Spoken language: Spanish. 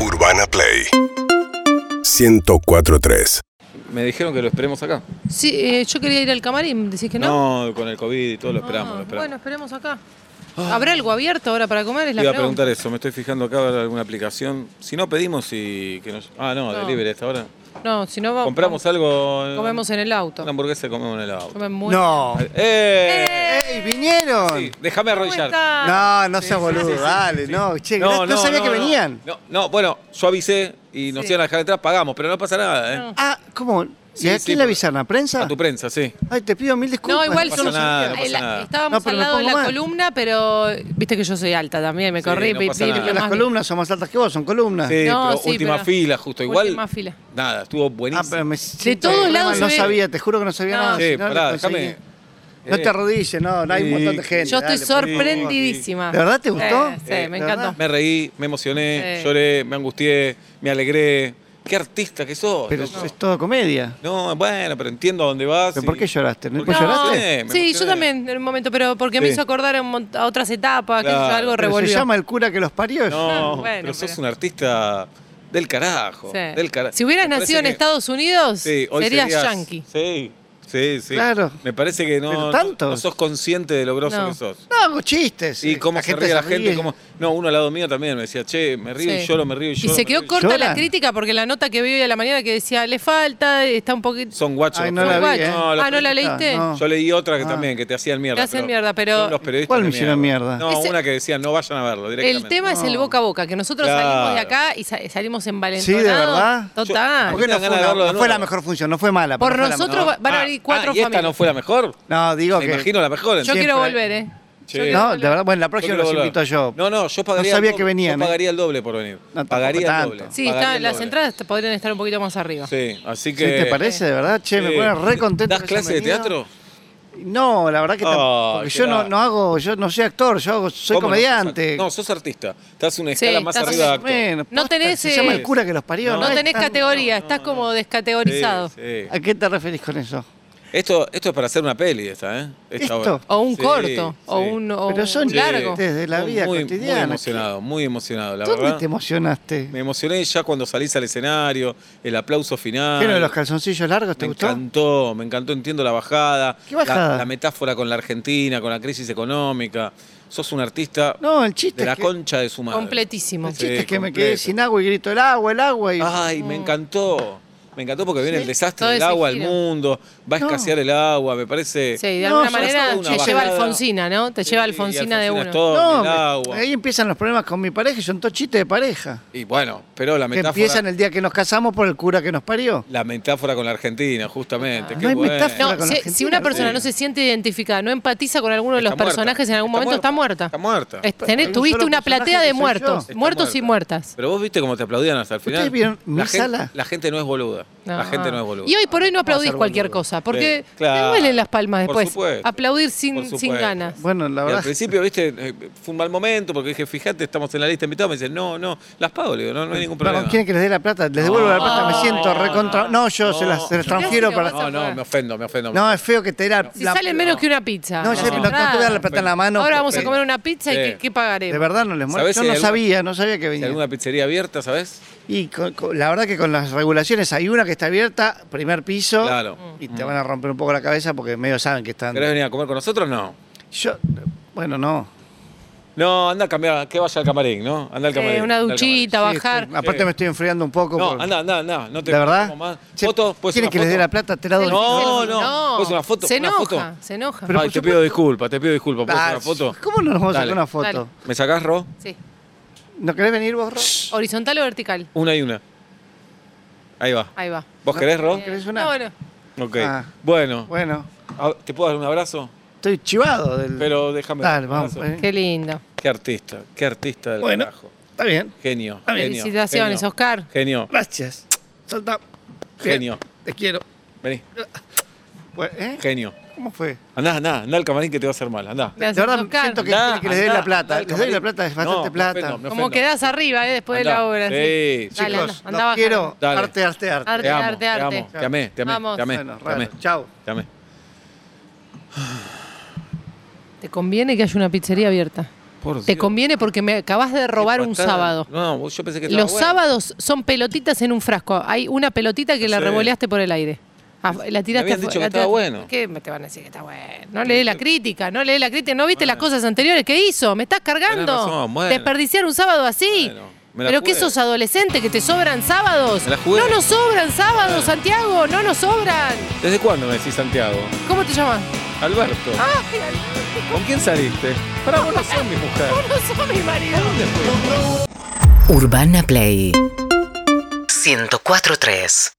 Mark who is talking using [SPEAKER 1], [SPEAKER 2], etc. [SPEAKER 1] Urbana Play 1043.
[SPEAKER 2] Me dijeron que lo esperemos acá.
[SPEAKER 3] Sí, eh, yo quería ir al camarín, decís que no.
[SPEAKER 2] No, con el COVID y todo lo esperamos.
[SPEAKER 3] Ah,
[SPEAKER 2] lo esperamos. Ah.
[SPEAKER 3] Bueno, esperemos acá. ¿Habrá algo abierto ahora para comer? Es
[SPEAKER 2] Te
[SPEAKER 3] la
[SPEAKER 2] iba a
[SPEAKER 3] pregunta.
[SPEAKER 2] preguntar eso, me estoy fijando acá a ver alguna aplicación. Si no pedimos y que nos. Ah, no,
[SPEAKER 3] No.
[SPEAKER 2] delivery a esta hora.
[SPEAKER 3] No, si no vamos.
[SPEAKER 2] Compramos algo. en-
[SPEAKER 3] Comemos en el auto.
[SPEAKER 2] Una hamburguesa y comemos en el auto.
[SPEAKER 3] Comen muy-
[SPEAKER 4] No.
[SPEAKER 2] ¡Eh!
[SPEAKER 4] ¡Ey, vinieron!
[SPEAKER 2] Sí, déjame
[SPEAKER 3] ¿Cómo
[SPEAKER 2] arrodillar.
[SPEAKER 3] está?
[SPEAKER 4] No, no seas boludo,
[SPEAKER 2] sí, sí,
[SPEAKER 4] dale, no, che, gra- no, sabía que
[SPEAKER 2] no.
[SPEAKER 4] venían.
[SPEAKER 2] No, no, bueno, yo avisé y nos
[SPEAKER 3] Sí.
[SPEAKER 2] iban a dejar atrás, pagamos, pero no pasa nada, ¿eh?
[SPEAKER 3] No.
[SPEAKER 4] Ah, ¿cómo? ¿Y
[SPEAKER 2] Sí,
[SPEAKER 4] a quién
[SPEAKER 2] sí,
[SPEAKER 4] le
[SPEAKER 2] pero-
[SPEAKER 4] avisaron? ¿A prensa?
[SPEAKER 2] A tu prensa, sí.
[SPEAKER 4] Ay, te pido mil disculpas.
[SPEAKER 3] No, igual
[SPEAKER 2] No
[SPEAKER 3] yo
[SPEAKER 2] pasa nada, no pasa
[SPEAKER 3] eh, la-
[SPEAKER 2] nada.
[SPEAKER 3] Estábamos
[SPEAKER 4] No, pero
[SPEAKER 3] al
[SPEAKER 4] me
[SPEAKER 3] lado de la
[SPEAKER 4] pongo mal.
[SPEAKER 3] columna, pero viste que yo soy alta también, me
[SPEAKER 2] Sí,
[SPEAKER 3] corrí.
[SPEAKER 2] no
[SPEAKER 3] pi-
[SPEAKER 2] pasa
[SPEAKER 3] pi-
[SPEAKER 2] nada.
[SPEAKER 3] pi-
[SPEAKER 4] Las
[SPEAKER 3] más-
[SPEAKER 4] columnas son más altas que vos, son columnas.
[SPEAKER 2] Sí,
[SPEAKER 3] Ah. No,
[SPEAKER 2] pero
[SPEAKER 3] sí,
[SPEAKER 2] última
[SPEAKER 3] pero-
[SPEAKER 2] fila, justo igual.
[SPEAKER 3] Última fila.
[SPEAKER 2] Nada, estuvo
[SPEAKER 4] Ah,
[SPEAKER 2] buenísimo.
[SPEAKER 4] pero me
[SPEAKER 3] De todos lados
[SPEAKER 4] No
[SPEAKER 3] se ve-
[SPEAKER 4] sabía, te juro que no sabía
[SPEAKER 3] No.
[SPEAKER 4] nada.
[SPEAKER 3] ah,
[SPEAKER 2] sí,
[SPEAKER 4] si no, pues,
[SPEAKER 2] pará,
[SPEAKER 4] lo conseguí.
[SPEAKER 2] déjame.
[SPEAKER 4] No
[SPEAKER 2] Eh,
[SPEAKER 4] te arrodilles, no, no, hay un
[SPEAKER 2] Sí.
[SPEAKER 4] montón de gente.
[SPEAKER 3] Yo estoy
[SPEAKER 4] dale, por favor.
[SPEAKER 3] sorprendidísima.
[SPEAKER 4] ¿De verdad te gustó?
[SPEAKER 3] Eh, sí,
[SPEAKER 2] Eh,
[SPEAKER 3] me
[SPEAKER 4] ¿de verdad?
[SPEAKER 3] encantó.
[SPEAKER 2] Me reí, me emocioné,
[SPEAKER 3] Sí.
[SPEAKER 2] lloré, me angustié, me alegré. Qué artista que sos.
[SPEAKER 4] Pero
[SPEAKER 2] loco.
[SPEAKER 4] es toda comedia.
[SPEAKER 2] no, bueno, pero entiendo a dónde vas.
[SPEAKER 4] ¿Pero
[SPEAKER 2] y-
[SPEAKER 4] por qué lloraste? ¿No
[SPEAKER 2] Porque-
[SPEAKER 4] ¿Vos lloraste?
[SPEAKER 2] me
[SPEAKER 3] sí, yo
[SPEAKER 2] emocioné.
[SPEAKER 3] también en un momento, pero porque me
[SPEAKER 2] Sí.
[SPEAKER 3] hizo acordar a, un mont- a otras etapas, que
[SPEAKER 2] Claro.
[SPEAKER 3] eso algo
[SPEAKER 2] Pero
[SPEAKER 4] ¿Pero se
[SPEAKER 3] revolvió.
[SPEAKER 4] llama el cura que los parió?
[SPEAKER 2] No,
[SPEAKER 3] Ah, bueno,
[SPEAKER 2] pero sos
[SPEAKER 3] pero-
[SPEAKER 2] un artista del carajo.
[SPEAKER 3] Sí.
[SPEAKER 2] Del carajo.
[SPEAKER 3] Si hubieras nacido en Estados Unidos,
[SPEAKER 2] Sí, hoy
[SPEAKER 3] serías,
[SPEAKER 2] serías-
[SPEAKER 3] yankee.
[SPEAKER 2] Sí, sí, sí.
[SPEAKER 4] Claro.
[SPEAKER 2] Me parece que no,
[SPEAKER 4] Pero
[SPEAKER 2] no-
[SPEAKER 4] tanto.
[SPEAKER 2] no sos consciente de lo groso
[SPEAKER 3] No.
[SPEAKER 2] que sos.
[SPEAKER 4] No, hago chistes.
[SPEAKER 2] Y cómo se ríe la gente.
[SPEAKER 4] ríe.
[SPEAKER 2] cómo- No, uno al lado mío también me decía, che, me río y
[SPEAKER 3] Sí.
[SPEAKER 2] lloro, me río y lloro.
[SPEAKER 3] se
[SPEAKER 2] me
[SPEAKER 3] quedó
[SPEAKER 2] río y
[SPEAKER 3] corta la
[SPEAKER 4] ¿Lloran?
[SPEAKER 3] crítica porque la nota que vi hoy a la mañana que decía, le falta, está un poquito...
[SPEAKER 2] lloro". Son guachos.
[SPEAKER 4] Ay,
[SPEAKER 2] los
[SPEAKER 4] no la
[SPEAKER 2] periodistas.
[SPEAKER 4] vi, ¿eh?
[SPEAKER 2] No, los
[SPEAKER 3] ah, ¿no la
[SPEAKER 4] periodistas,
[SPEAKER 3] leíste?
[SPEAKER 4] no.
[SPEAKER 2] Yo leí otra que
[SPEAKER 4] Ah.
[SPEAKER 2] también, que te hacían mierda.
[SPEAKER 3] Te hacen mierda, pero-
[SPEAKER 2] son los periodistas
[SPEAKER 4] ¿Cuál me
[SPEAKER 2] de
[SPEAKER 4] hicieron mierda?
[SPEAKER 2] No,
[SPEAKER 3] Ese-
[SPEAKER 2] una que decían, no vayan a verlo
[SPEAKER 3] El
[SPEAKER 2] directamente.
[SPEAKER 3] tema es el boca a boca, que nosotros
[SPEAKER 2] Claro.
[SPEAKER 3] salimos de acá y sa- salimos en
[SPEAKER 4] Sí, ¿de verdad?
[SPEAKER 3] Total.
[SPEAKER 2] Yo-
[SPEAKER 4] ¿Por qué
[SPEAKER 2] Me
[SPEAKER 4] no
[SPEAKER 2] dan ganas
[SPEAKER 4] fue,
[SPEAKER 2] de
[SPEAKER 4] una-
[SPEAKER 2] verlo de
[SPEAKER 4] no fue la
[SPEAKER 2] nuevo.
[SPEAKER 4] mejor función? No fue mala. pero
[SPEAKER 3] Ah, Por
[SPEAKER 4] no fue la
[SPEAKER 3] nosotros
[SPEAKER 4] mejor.
[SPEAKER 3] va- van a venir cuatro
[SPEAKER 2] ah, ¿y esta
[SPEAKER 3] familias.
[SPEAKER 2] no fue la mejor?
[SPEAKER 4] No, digo
[SPEAKER 2] Me
[SPEAKER 4] que...
[SPEAKER 2] imagino la mejor.
[SPEAKER 3] Yo
[SPEAKER 2] entonces.
[SPEAKER 3] quiero
[SPEAKER 4] siempre-
[SPEAKER 3] volver, ¿eh?
[SPEAKER 2] Sí.
[SPEAKER 3] Yo quiero
[SPEAKER 4] No,
[SPEAKER 3] volver.
[SPEAKER 4] de verdad, bueno, la
[SPEAKER 2] Yo
[SPEAKER 4] próxima
[SPEAKER 2] quiero
[SPEAKER 4] los
[SPEAKER 2] volver.
[SPEAKER 4] invito yo.
[SPEAKER 2] No, no, yo pagaría.
[SPEAKER 4] No sabía
[SPEAKER 2] el doble,
[SPEAKER 4] que venían,
[SPEAKER 2] Yo
[SPEAKER 4] ¿eh?
[SPEAKER 2] pagaría el doble por venir.
[SPEAKER 4] tampoco
[SPEAKER 2] pagaría el
[SPEAKER 4] tanto.
[SPEAKER 2] doble.
[SPEAKER 3] Sí,
[SPEAKER 2] pagaría
[SPEAKER 3] está-
[SPEAKER 2] el
[SPEAKER 3] las
[SPEAKER 2] doble.
[SPEAKER 3] entradas te podrían estar un poquito más arriba.
[SPEAKER 2] Sí, así
[SPEAKER 4] ¿Sí
[SPEAKER 2] que.
[SPEAKER 4] ¿Te parece, de verdad? Che, me
[SPEAKER 2] Sí.
[SPEAKER 4] pone re contento.
[SPEAKER 2] ¿Das
[SPEAKER 4] que
[SPEAKER 2] clase de
[SPEAKER 4] hayan venido.
[SPEAKER 2] teatro?
[SPEAKER 4] No, la verdad que tam-
[SPEAKER 2] Oh,
[SPEAKER 4] porque yo no,
[SPEAKER 2] Gerard.
[SPEAKER 4] no hago, yo no soy actor, yo hago, soy
[SPEAKER 2] ¿Cómo no?
[SPEAKER 4] comediante.
[SPEAKER 2] No, sos artista. Estás una
[SPEAKER 3] Sí,
[SPEAKER 2] escala más
[SPEAKER 3] estás-
[SPEAKER 2] arriba de actor.
[SPEAKER 4] Bueno,
[SPEAKER 3] No
[SPEAKER 4] posta,
[SPEAKER 3] tenés,
[SPEAKER 4] Se llama
[SPEAKER 3] eh,
[SPEAKER 4] el cura que los parió.
[SPEAKER 3] No,
[SPEAKER 4] Es
[SPEAKER 3] tenés
[SPEAKER 4] tan-
[SPEAKER 3] categoría, estás como
[SPEAKER 2] Sí,
[SPEAKER 3] descategorizado.
[SPEAKER 2] sí.
[SPEAKER 4] ¿A qué te referís con eso?
[SPEAKER 2] Esto, esto es para hacer una peli, esta, ¿eh? Esta
[SPEAKER 4] ¿Esto?
[SPEAKER 2] obra.
[SPEAKER 3] O un
[SPEAKER 2] Sí,
[SPEAKER 3] corto, o
[SPEAKER 2] sí.
[SPEAKER 3] un, o
[SPEAKER 4] Pero
[SPEAKER 3] un
[SPEAKER 4] son
[SPEAKER 3] largo.
[SPEAKER 4] chistes de la
[SPEAKER 2] Muy-
[SPEAKER 4] vida
[SPEAKER 2] muy, Muy
[SPEAKER 4] cotidiana.
[SPEAKER 2] emocionado, muy emocionado, la
[SPEAKER 4] ¿Dónde
[SPEAKER 2] verdad.
[SPEAKER 4] te emocionaste?
[SPEAKER 2] Me emocioné ya cuando salís al escenario, el aplauso final.
[SPEAKER 4] ¿Vieron los calzoncillos largos? ¿Te
[SPEAKER 2] me
[SPEAKER 4] gustó?
[SPEAKER 2] encantó, me encantó, entiendo la bajada.
[SPEAKER 4] ¿Qué bajada?
[SPEAKER 2] La, la metáfora con la Argentina, con la crisis económica. Sos un artista
[SPEAKER 4] No, el chiste
[SPEAKER 2] de la
[SPEAKER 4] es que,
[SPEAKER 2] concha de su madre.
[SPEAKER 3] Completísimo.
[SPEAKER 4] el chiste
[SPEAKER 2] Sí,
[SPEAKER 4] es que me
[SPEAKER 2] completo.
[SPEAKER 4] quedé sin agua y grito el agua, el agua. Y...
[SPEAKER 2] Ay, me encantó. Me encantó porque viene el desastre
[SPEAKER 3] Todo
[SPEAKER 2] del
[SPEAKER 3] ese
[SPEAKER 2] agua al
[SPEAKER 3] giro.
[SPEAKER 2] mundo, va a
[SPEAKER 4] No.
[SPEAKER 2] escasear el agua, me parece.
[SPEAKER 3] Sí, de
[SPEAKER 4] No,
[SPEAKER 3] alguna
[SPEAKER 4] yo-
[SPEAKER 3] manera
[SPEAKER 2] es
[SPEAKER 3] te
[SPEAKER 2] toda una
[SPEAKER 3] lleva
[SPEAKER 2] bajada.
[SPEAKER 3] Alfonsina, ¿no? Te lleva
[SPEAKER 2] Sí, y
[SPEAKER 3] Alfonsina de
[SPEAKER 2] Alfonsina
[SPEAKER 3] uno.
[SPEAKER 2] es todo.
[SPEAKER 4] no,
[SPEAKER 2] el
[SPEAKER 4] me-
[SPEAKER 2] agua.
[SPEAKER 4] ahí empiezan los problemas con mi pareja, son todos chistes de pareja.
[SPEAKER 2] Y bueno, pero la
[SPEAKER 4] Que
[SPEAKER 2] metáfora.
[SPEAKER 4] empiezan el día que nos casamos por el cura que nos parió.
[SPEAKER 2] La metáfora con la Argentina, justamente.
[SPEAKER 3] Ah.
[SPEAKER 2] Qué
[SPEAKER 4] No hay
[SPEAKER 2] bueno.
[SPEAKER 4] metáfora.
[SPEAKER 3] No,
[SPEAKER 4] con
[SPEAKER 3] si,
[SPEAKER 4] Argentina,
[SPEAKER 3] si una persona
[SPEAKER 2] sí.
[SPEAKER 3] no se siente identificada, no empatiza con alguno de los
[SPEAKER 2] Está muerta.
[SPEAKER 3] personajes, en algún momento está muerta.
[SPEAKER 2] Está muerta.
[SPEAKER 3] Es- tenés-
[SPEAKER 4] un
[SPEAKER 3] tuviste
[SPEAKER 4] solo
[SPEAKER 3] una
[SPEAKER 4] personaje
[SPEAKER 3] platea
[SPEAKER 4] que
[SPEAKER 3] de
[SPEAKER 4] soy
[SPEAKER 3] muertos,
[SPEAKER 4] yo.
[SPEAKER 2] Está
[SPEAKER 3] muertos y muertas.
[SPEAKER 2] Pero vos viste cómo te aplaudían hasta el final.
[SPEAKER 4] ¿Ustedes vieron
[SPEAKER 2] la,
[SPEAKER 4] mi sala?
[SPEAKER 2] gente, la gente no es boluda. La
[SPEAKER 3] No.
[SPEAKER 2] gente no es boluda.
[SPEAKER 3] Y hoy por hoy no
[SPEAKER 4] Vamos a
[SPEAKER 3] aplaudís
[SPEAKER 4] ser
[SPEAKER 3] cualquier
[SPEAKER 4] boludos.
[SPEAKER 3] cosa, porque
[SPEAKER 2] Sí, claro.
[SPEAKER 3] te duelen las palmas
[SPEAKER 2] Por
[SPEAKER 3] después.
[SPEAKER 2] supuesto.
[SPEAKER 3] Aplaudir
[SPEAKER 2] Por
[SPEAKER 3] sin, sin
[SPEAKER 2] supuesto.
[SPEAKER 3] ganas.
[SPEAKER 4] Bueno, la
[SPEAKER 2] Y
[SPEAKER 4] verdad.
[SPEAKER 2] al principio, viste, eh, fue un mal momento porque dije, fíjate, estamos en la lista invitada. Me dicen, no, no, las pago, le digo, no, no hay ningún problema.
[SPEAKER 4] Perdón, ¿quieren que les dé la plata? Les devuelvo la plata, me siento recontra. No, yo se, las, se las
[SPEAKER 2] No,
[SPEAKER 4] transfiero
[SPEAKER 3] no,
[SPEAKER 4] para.
[SPEAKER 3] no,
[SPEAKER 2] No, no, me ofendo, me ofendo.
[SPEAKER 4] No, es feo que te dé la.
[SPEAKER 3] Si
[SPEAKER 4] la-
[SPEAKER 3] sale menos que una pizza.
[SPEAKER 4] No, yo no, no te voy a dar la plata en la mano.
[SPEAKER 3] Ahora vamos a
[SPEAKER 4] porque
[SPEAKER 3] comer una pizza y
[SPEAKER 2] Sí.
[SPEAKER 3] ¿qué, qué pagaremos?
[SPEAKER 4] De verdad no les
[SPEAKER 2] ¿Sabés
[SPEAKER 4] molesta.
[SPEAKER 2] si
[SPEAKER 4] Yo no
[SPEAKER 2] hay alguna-
[SPEAKER 4] sabía, no sabía que
[SPEAKER 2] Si
[SPEAKER 4] venía.
[SPEAKER 2] alguna pizzería abierta, ¿sabes?
[SPEAKER 4] Y con- con- la verdad que con las regulaciones hay una que está abierta, primer piso.
[SPEAKER 2] Claro.
[SPEAKER 4] Y te van a romper un poco la cabeza porque medio saben que están.
[SPEAKER 2] ¿Querés venir a comer con nosotros? No.
[SPEAKER 4] Yo. Bueno, no.
[SPEAKER 2] No, anda a cambiar, que vaya al camarín, ¿no? Anda al
[SPEAKER 3] Eh,
[SPEAKER 2] camarín. anda
[SPEAKER 3] una
[SPEAKER 2] al
[SPEAKER 3] duchita,
[SPEAKER 4] Sí,
[SPEAKER 3] bajar.
[SPEAKER 4] estoy- aparte me estoy enfriando un poco.
[SPEAKER 2] camarín.
[SPEAKER 4] por-
[SPEAKER 2] No, anda, anda, anda. No te
[SPEAKER 4] ¿La verdad?
[SPEAKER 2] pongo Más.
[SPEAKER 4] Che,
[SPEAKER 2] ¿Foto? ¿Puedes
[SPEAKER 4] ¿Quieren
[SPEAKER 2] una
[SPEAKER 4] que les dé
[SPEAKER 2] foto?
[SPEAKER 4] la plata? Te la doy.
[SPEAKER 2] No, no. ¿Puedes una foto?
[SPEAKER 3] Se
[SPEAKER 2] ¿Una
[SPEAKER 3] enoja,
[SPEAKER 2] foto?
[SPEAKER 3] se enoja.
[SPEAKER 4] Pero
[SPEAKER 2] Ay,
[SPEAKER 4] por
[SPEAKER 2] te pido disculpas, te pido disculpas. ¿Puedo
[SPEAKER 4] Ah,
[SPEAKER 2] hacer una foto?
[SPEAKER 4] ¿Cómo no nos vamos a
[SPEAKER 2] Dale.
[SPEAKER 4] sacar una foto?
[SPEAKER 3] Dale.
[SPEAKER 2] ¿Me sacás, Ro?
[SPEAKER 3] Sí.
[SPEAKER 4] ¿No querés venir vos, Ro?
[SPEAKER 3] ¿Horizontal o vertical?
[SPEAKER 2] Una y una. Ahí va.
[SPEAKER 3] Ahí va.
[SPEAKER 2] ¿Vos querés, Ro?
[SPEAKER 4] ¿Querés
[SPEAKER 3] Eh, No,
[SPEAKER 4] una?
[SPEAKER 3] bueno.
[SPEAKER 2] Ok.
[SPEAKER 4] Ah.
[SPEAKER 2] Bueno,
[SPEAKER 4] Bueno,
[SPEAKER 2] a- ¿te puedo dar un abrazo?
[SPEAKER 4] estoy chivado del.
[SPEAKER 2] Pero déjame.
[SPEAKER 4] Dale,
[SPEAKER 2] un
[SPEAKER 4] vamos.
[SPEAKER 2] abrazo.
[SPEAKER 4] eh.
[SPEAKER 3] Qué lindo.
[SPEAKER 2] Qué artista, qué artista del
[SPEAKER 4] Bueno.
[SPEAKER 2] carajo.
[SPEAKER 4] Está bien.
[SPEAKER 2] Genio.
[SPEAKER 4] Ah, bien.
[SPEAKER 2] genio,
[SPEAKER 3] Felicitaciones,
[SPEAKER 2] genio,
[SPEAKER 3] Oscar.
[SPEAKER 2] Genio.
[SPEAKER 4] Gracias. Salta. Bien,
[SPEAKER 2] Genio.
[SPEAKER 4] Te quiero.
[SPEAKER 2] Vení.
[SPEAKER 4] Bueno, ¿eh?
[SPEAKER 2] Genio.
[SPEAKER 4] ¿Cómo fue?
[SPEAKER 2] Andá, andá, andá al camarín que te va a hacer mal. Andá.
[SPEAKER 3] Gracias,
[SPEAKER 4] de verdad
[SPEAKER 3] Oscar.
[SPEAKER 4] siento que,
[SPEAKER 2] Andá,
[SPEAKER 4] que les dé
[SPEAKER 2] andá,
[SPEAKER 4] la plata.
[SPEAKER 2] andá al
[SPEAKER 4] les doy la
[SPEAKER 2] camarín.
[SPEAKER 4] plata, es
[SPEAKER 2] No,
[SPEAKER 4] bastante
[SPEAKER 2] me
[SPEAKER 4] plata.
[SPEAKER 2] ofendo, me
[SPEAKER 3] Como
[SPEAKER 2] ofendo.
[SPEAKER 3] quedás arriba, ¿eh? Después de
[SPEAKER 2] Andá.
[SPEAKER 3] la obra.
[SPEAKER 2] Sí,
[SPEAKER 3] ¿sí? Dale,
[SPEAKER 2] chicos.
[SPEAKER 3] andá, andá bajando.
[SPEAKER 4] los quiero.
[SPEAKER 2] Dale.
[SPEAKER 4] Arte, arte, arte.
[SPEAKER 3] Arte,
[SPEAKER 2] Te amo,
[SPEAKER 3] arte,
[SPEAKER 2] te
[SPEAKER 3] arte.
[SPEAKER 2] amo. Te amé, te amé,
[SPEAKER 3] Vamos.
[SPEAKER 2] te amé,
[SPEAKER 4] Bueno,
[SPEAKER 2] te amé,
[SPEAKER 4] raro. Chau.
[SPEAKER 2] te amé.
[SPEAKER 3] Te conviene que haya una pizzería abierta.
[SPEAKER 2] Por
[SPEAKER 3] Te
[SPEAKER 2] Dios,
[SPEAKER 3] conviene porque me acabas de
[SPEAKER 2] qué
[SPEAKER 3] robar un
[SPEAKER 2] patada.
[SPEAKER 3] sábado.
[SPEAKER 2] No, vos- yo pensé que estaba
[SPEAKER 3] Los
[SPEAKER 2] bueno.
[SPEAKER 3] sábados son pelotitas en un frasco. Hay una pelotita que la
[SPEAKER 2] Sí.
[SPEAKER 3] revoleaste por el aire. Ah, La tiraste
[SPEAKER 2] habían
[SPEAKER 3] afu-
[SPEAKER 2] dicho que
[SPEAKER 3] la
[SPEAKER 2] estaba
[SPEAKER 3] tiraste-
[SPEAKER 2] bueno.
[SPEAKER 3] ¿Qué me te van a decir que está bueno? No leí la crítica, no leí la crítica. ¿No viste las cosas anteriores que hizo? ¿Me estás cargando?
[SPEAKER 2] Tenés razón, bueno.
[SPEAKER 3] Desperdiciar un sábado así.
[SPEAKER 2] Bueno, me la
[SPEAKER 3] Pero que
[SPEAKER 2] jugué.
[SPEAKER 3] esos adolescentes que te sobran sábados.
[SPEAKER 2] Me la jugué.
[SPEAKER 3] No nos sobran sábados, Santiago, no nos sobran.
[SPEAKER 2] ¿Desde cuándo me decís Santiago?
[SPEAKER 3] ¿Cómo te llamas?
[SPEAKER 2] Alberto.
[SPEAKER 3] Ay,
[SPEAKER 2] ¿Con quién saliste? Para vos no sos mi mujer.
[SPEAKER 3] no sos mi marido.
[SPEAKER 1] Urbana Play 104.3